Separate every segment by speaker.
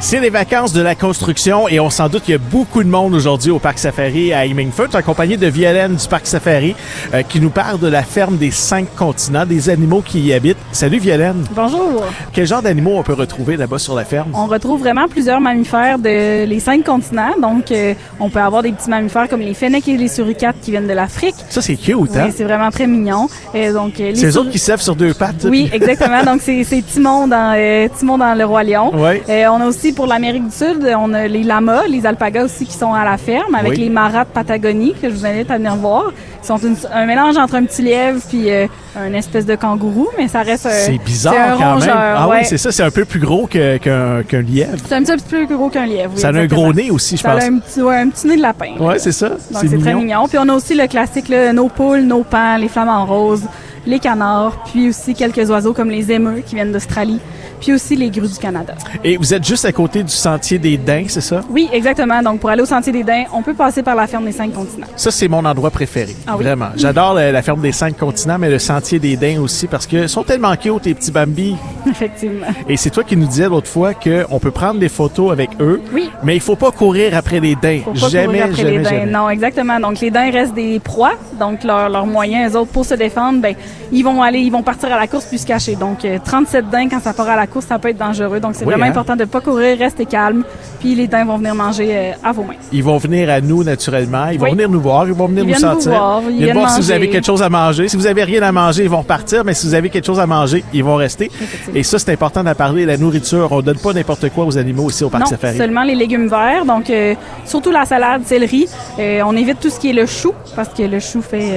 Speaker 1: C'est les vacances de la construction et on s'en doute qu'il y a beaucoup de monde aujourd'hui au Parc Safari à Hemingford, accompagné de Violaine du Parc Safari euh, qui nous parle de la ferme des cinq continents, des animaux qui y habitent. Salut Violaine.
Speaker 2: Bonjour.
Speaker 1: Quel genre d'animaux on peut retrouver là-bas sur la ferme?
Speaker 2: On retrouve vraiment plusieurs mammifères de les cinq continents. Donc, euh, on peut avoir des petits mammifères comme les fennecs et les suricates qui viennent de l'Afrique.
Speaker 1: Ça, c'est cute, hein?
Speaker 2: Oui, c'est vraiment très mignon. Euh, donc, euh, les
Speaker 1: C'est eux
Speaker 2: sur-
Speaker 1: autres qui se lèvent sur deux pattes. là,
Speaker 2: Oui,
Speaker 1: puis-
Speaker 2: exactement. Donc, c'est c'est Timon dans euh, Timon dans le Roi Lion.
Speaker 1: Ouais.
Speaker 2: Euh, on a aussi pour l'Amérique du Sud, on a les lamas, les alpagas aussi qui sont à la ferme, avec
Speaker 1: Oui.
Speaker 2: les maras de Patagonie que je vous invite à venir voir. Ils sont une- un mélange entre un petit lièvre puis euh, un espèce de kangourou, mais ça reste. euh,
Speaker 1: C'est bizarre
Speaker 2: c'est un
Speaker 1: quand
Speaker 2: rongeur,
Speaker 1: même. Ah
Speaker 2: ouais.
Speaker 1: oui, c'est ça, c'est un peu plus gros que- qu'un qu'un lièvre.
Speaker 2: C'est un petit peu plus gros qu'un lièvre. oui,
Speaker 1: ça a un
Speaker 2: exactement.
Speaker 1: gros nez aussi, je
Speaker 2: Ça
Speaker 1: pense.
Speaker 2: a un petit, ouais, un petit nez de lapin. là.
Speaker 1: Ouais, c'est ça.
Speaker 2: Donc c'est très mignon. Puis on a aussi le classique, là, nos poules, nos pans, les flamants roses, les canards, puis aussi quelques oiseaux comme les émeux qui viennent d'Australie, puis aussi les grues du Canada.
Speaker 1: Et vous êtes juste à côté du sentier des Daims, c'est ça?
Speaker 2: Oui, exactement. Donc pour aller au Sentier des Daims, on peut passer par la ferme des cinq continents.
Speaker 1: Ça, c'est mon endroit préféré.
Speaker 2: Ah oui?
Speaker 1: Vraiment. J'adore la, la ferme des cinq continents, mais le sentier des Daims aussi, parce que sont tellement cute, tes petits Bambi.
Speaker 2: Effectivement.
Speaker 1: Et c'est toi qui nous disais l'autre fois qu'on peut prendre des photos avec eux,
Speaker 2: Oui.
Speaker 1: mais il faut pas courir après les Daims.
Speaker 2: Faut pas
Speaker 1: jamais,
Speaker 2: courir après
Speaker 1: jamais,
Speaker 2: les daims.
Speaker 1: jamais.
Speaker 2: Non, exactement. Donc les daims restent des proies, donc leur, leur moyen, eux autres, pour se défendre, ben ils vont aller, ils vont partir à la course puis se cacher. Donc euh, 37 daims quand ça part à la course, ça peut être dangereux. Donc c'est
Speaker 1: Oui,
Speaker 2: vraiment
Speaker 1: hein?
Speaker 2: important de pas courir, rester calme, puis les daims vont venir manger euh, à vos mains.
Speaker 1: Ils vont venir à nous naturellement. Ils vont
Speaker 2: Oui.
Speaker 1: venir nous voir. Ils vont venir
Speaker 2: Ils
Speaker 1: nous
Speaker 2: viennent vous
Speaker 1: sentir.
Speaker 2: voir, ils
Speaker 1: ils
Speaker 2: viennent
Speaker 1: viennent voir si vous
Speaker 2: manger.
Speaker 1: avez quelque chose à manger. Si vous avez rien à manger, ils vont repartir. Mais si vous avez quelque chose à manger, ils vont rester. Et ça, c'est important d'en parler. La nourriture, on donne pas n'importe quoi aux animaux ici au parc
Speaker 2: non,
Speaker 1: safari.
Speaker 2: seulement les légumes verts, donc euh, surtout la salade, céleri. Euh, on évite tout ce qui est le chou parce que le chou fait,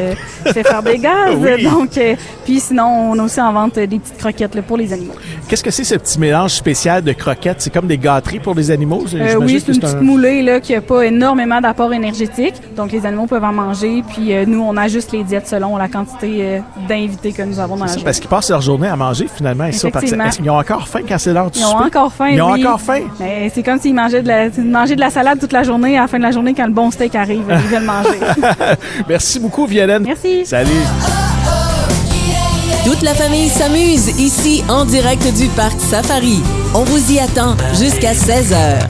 Speaker 2: euh, fait faire des gaz.
Speaker 1: Oui.
Speaker 2: Donc, euh, puis sinon, on a aussi en vente euh, des petites croquettes là, pour les animaux.
Speaker 1: Qu'est-ce que c'est ce petit mélange spécial de croquettes C'est comme des gâteries pour les animaux.
Speaker 2: Euh,
Speaker 1: j'imagine
Speaker 2: oui,
Speaker 1: que
Speaker 2: c'est une petite
Speaker 1: un-
Speaker 2: moulée là, qui n'a pas énormément d'apport énergétique. Donc, les animaux peuvent en manger. Puis, euh, nous, on ajuste les diètes selon la quantité euh, d'invités que nous avons dans la
Speaker 1: C'est
Speaker 2: journée.
Speaker 1: Parce qu'ils passent leur journée à manger finalement. ici au parc
Speaker 2: Effectivement.
Speaker 1: safari. Ils ont encore faim quand c'est l'heure du
Speaker 2: Ils ont
Speaker 1: souper?
Speaker 2: encore faim.
Speaker 1: Ils ont
Speaker 2: oui.
Speaker 1: encore faim.
Speaker 2: Mais c'est comme s'ils mangeaient de, la, mangeaient de la salade toute la journée. À la fin de la journée, quand le bon steak arrive, ils veulent manger.
Speaker 1: Merci beaucoup, Violaine.
Speaker 2: Merci.
Speaker 1: Salut.
Speaker 3: Toute la famille s'amuse ici en direct du Parc Safari. On vous y attend jusqu'à 16h.